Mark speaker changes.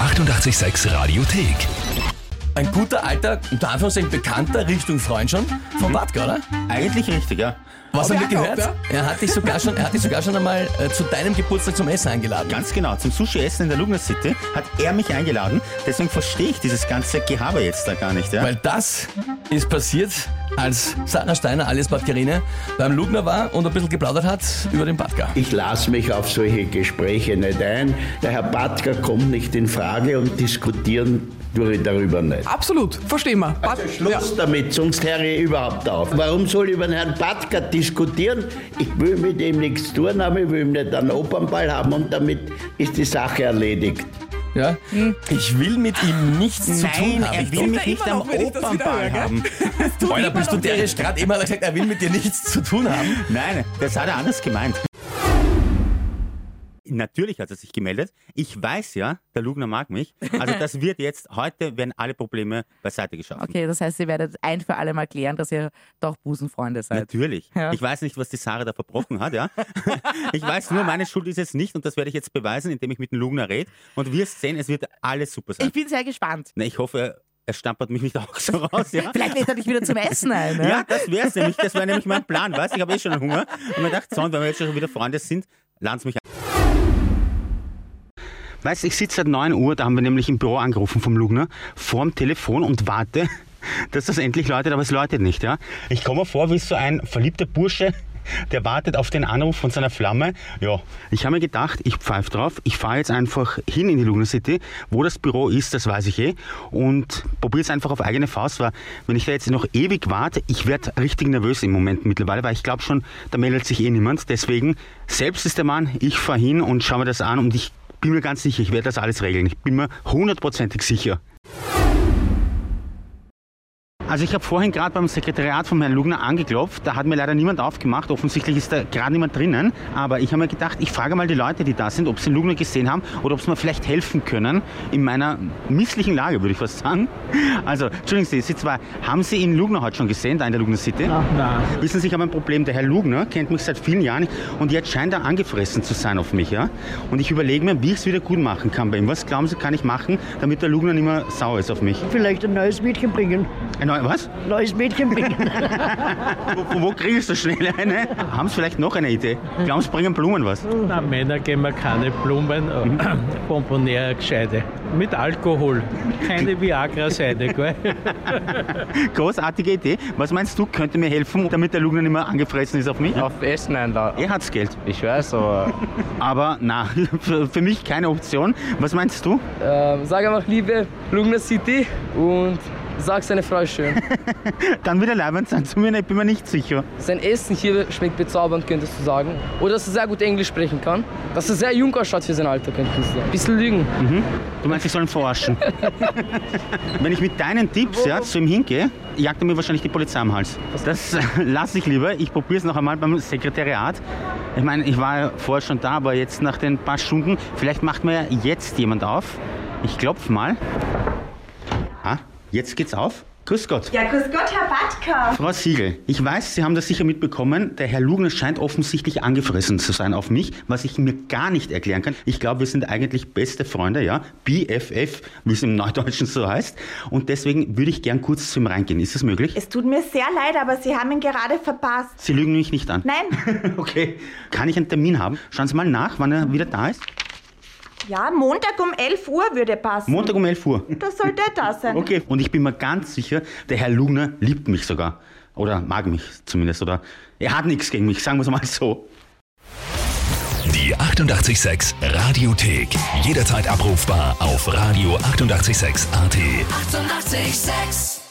Speaker 1: 886 Radiothek.
Speaker 2: Ein guter alter, unter Anführungszeichen bekannter Richtung Freund schon vom Badger, oder?
Speaker 3: Eigentlich richtig, ja.
Speaker 2: Was
Speaker 4: Hab
Speaker 2: haben wir
Speaker 4: ich auch
Speaker 2: gehört?
Speaker 4: gehabt,
Speaker 2: Er hat dich sogar schon, er hat dich sogar schon einmal äh, zu deinem Geburtstag zum Essen eingeladen.
Speaker 3: Ganz genau, zum Sushi-Essen in der Lugner City hat er mich eingeladen. Deswegen verstehe ich dieses ganze Gehabe jetzt da gar nicht. Ja?
Speaker 2: Weil das ist passiert, als Sarah Steiner, alias Badgerine, beim Lugner war und ein bisschen geplaudert hat über den Badger.
Speaker 5: Ich lasse mich auf solche Gespräche nicht ein. Der Herr Batka kommt nicht in Frage und diskutieren tue ich darüber nicht.
Speaker 4: Absolut, verstehen wir. Bad- ja.
Speaker 5: Schluss damit, sonst höre ich überhaupt auf. Warum soll ich über den Herrn Batka diskutieren? Ich will mit ihm nichts tun haben, ich will ihm nicht einen Opernball haben und damit ist die Sache erledigt.
Speaker 2: Ja?
Speaker 3: Mhm.
Speaker 2: Ich will mit ihm nichts zu tun
Speaker 3: Nein,
Speaker 2: haben.
Speaker 3: er will mich nicht am
Speaker 4: wenn ich das wieder höre,
Speaker 3: Opernball
Speaker 4: gell?
Speaker 3: haben.
Speaker 2: Alter, bist du der, der gerade eben hat er gesagt, er will mit dir nichts zu tun haben?
Speaker 3: Nein, das hat er anders gemeint. Natürlich hat er sich gemeldet. Ich weiß ja, der Lugner mag mich. Also das wird jetzt, heute werden alle Probleme beiseite geschaffen.
Speaker 6: Okay, das heißt, ihr werdet ein für alle Mal klären, dass ihr doch Busenfreunde seid.
Speaker 3: Natürlich.
Speaker 6: Äh, Ja.
Speaker 3: Ich weiß nicht, was die Sarah da verbrochen hat, ja. ich weiß nur, meine Schuld ist es nicht und das werde ich jetzt beweisen, indem ich mit dem Lugner rede. Und wir sehen, es wird alles super sein.
Speaker 6: Ich bin sehr gespannt.
Speaker 3: Na, ich hoffe, er- er stampert mich nicht auch so raus, ja.
Speaker 6: Vielleicht lädt er dich wieder zum Essen ein. Ne?
Speaker 3: Ja, das wäre es nämlich. Das wäre nämlich mein Plan, weißt du? Ich habe eh schon Hunger. Und mir dachte, so, und wenn wir jetzt schon wieder Freunde sind, laden's mich ein. Weißt du, ich sitze seit 9 Uhr, da haben wir nämlich im Büro angerufen vom Lugner, vorm Telefon und warte, dass das endlich läutet, aber es läutet nicht, ja. Ich komme mir vor wie so ein verliebter Bursche, der wartet auf den Anruf von seiner Flamme. Ja, ich habe mir gedacht, ich pfeife drauf, ich fahre jetzt einfach hin in die Lugner City, wo das Büro ist, das weiß ich eh, und probiere es einfach auf eigene Faust, weil wenn ich da jetzt noch ewig warte, ich werde richtig nervös im Moment mittlerweile, weil ich glaube schon, da meldet sich eh niemand. Deswegen, selbst ist der Mann, ich fahre hin und schaue mir das an und ich bin mir ganz sicher, ich werde das alles regeln. Ich bin mir hundertprozentig sicher. Also ich habe vorhin gerade beim Sekretariat von Herrn Lugner angeklopft, da hat mir leider niemand aufgemacht, offensichtlich ist da gerade niemand drinnen, aber ich habe mir gedacht, ich frage mal die Leute, die da sind, ob sie den Lugner gesehen haben oder ob sie mir vielleicht helfen können in meiner misslichen Lage, würde ich fast sagen. Also, Entschuldigen Sie, Sie zwei, haben Sie ihn Lugner heute schon gesehen, da in der Lugner City? Wissen Sie, ich habe ein Problem. Der Herr Lugner kennt mich seit vielen Jahren und jetzt scheint er angefressen zu sein auf mich. Ja? Und ich überlege mir, wie ich es wieder gut machen kann bei ihm. Was glauben Sie, kann ich machen, damit der Lugner nicht mehr sauer ist auf mich?
Speaker 7: Vielleicht ein neues Mädchen bringen.
Speaker 3: Ein neuer, was?
Speaker 7: Neues Mädchen bringen.
Speaker 3: Wo, wo kriege ich so schnell eine? Haben Sie vielleicht noch eine Idee? Glauben Sie, bringen Blumen was?
Speaker 8: Na, Männer geben mir keine Blumen, äh, Bonboniere gescheite. Mit Alkohol. Keine Viagra-Seide, gell?
Speaker 3: Großartige Idee. Was meinst du, könnte mir helfen, damit der Lugner nicht mehr angefressen ist auf mich?
Speaker 9: Auf Essen einladen.
Speaker 3: Er hat's Geld.
Speaker 9: Ich weiß, aber.
Speaker 3: Aber na, für, für mich keine Option. Was meinst du?
Speaker 9: ähm, sag einfach Liebe, Lugner City und sag seine Frau schön.
Speaker 3: Dann wieder leibend sein zu mir, ich bin mir nicht sicher.
Speaker 9: Sein Essen hier schmeckt bezaubernd, könntest du sagen. Oder dass er sehr gut Englisch sprechen kann. Dass er sehr jung ausschaut für sein Alter, könntest du sagen. Bisschen lügen.
Speaker 3: Du meinst, ich soll ihn verarschen? Wenn ich mit deinen Tipps ja, zu ihm hingehe, jagt er mir wahrscheinlich die Polizei am Hals. Das lasse ich lieber. Ich probiere es noch einmal beim Sekretariat. Ich meine, ich war ja vorher schon da, aber jetzt nach den paar Stunden, vielleicht macht mir ja jetzt jemand auf. Ich klopfe mal. Ah, jetzt geht's auf. Grüß Gott.
Speaker 10: Ja, grüß Gott, Herr Batka.
Speaker 3: Frau Siegel, ich weiß, Sie haben das sicher mitbekommen. Der Herr Lugner scheint offensichtlich angefressen zu sein auf mich, was ich mir gar nicht erklären kann. Ich glaube, wir sind eigentlich beste Freunde, ja? BFF, wie es im Neudeutschen so heißt. Und deswegen würde ich gern kurz zu ihm reingehen. Ist das möglich?
Speaker 10: Es tut mir sehr leid, aber Sie haben ihn gerade verpasst.
Speaker 3: Sie lügen mich nicht an.
Speaker 10: Nein,
Speaker 3: Okay. Kann ich einen Termin haben? Schauen Sie mal nach, wann er wieder da ist.
Speaker 10: ja, Montag um 11 Uhr würde passen.
Speaker 3: Montag um 11 Uhr.
Speaker 10: da sollte er da sein.
Speaker 3: Okay. Und ich bin mir ganz sicher, der Herr Lugner liebt mich sogar. Oder mag mich zumindest. Oder er hat nichts gegen mich, sagen wir es mal so.
Speaker 1: Die 886 Radiothek. Jederzeit abrufbar auf radio886.at. 886!
Speaker 11: 886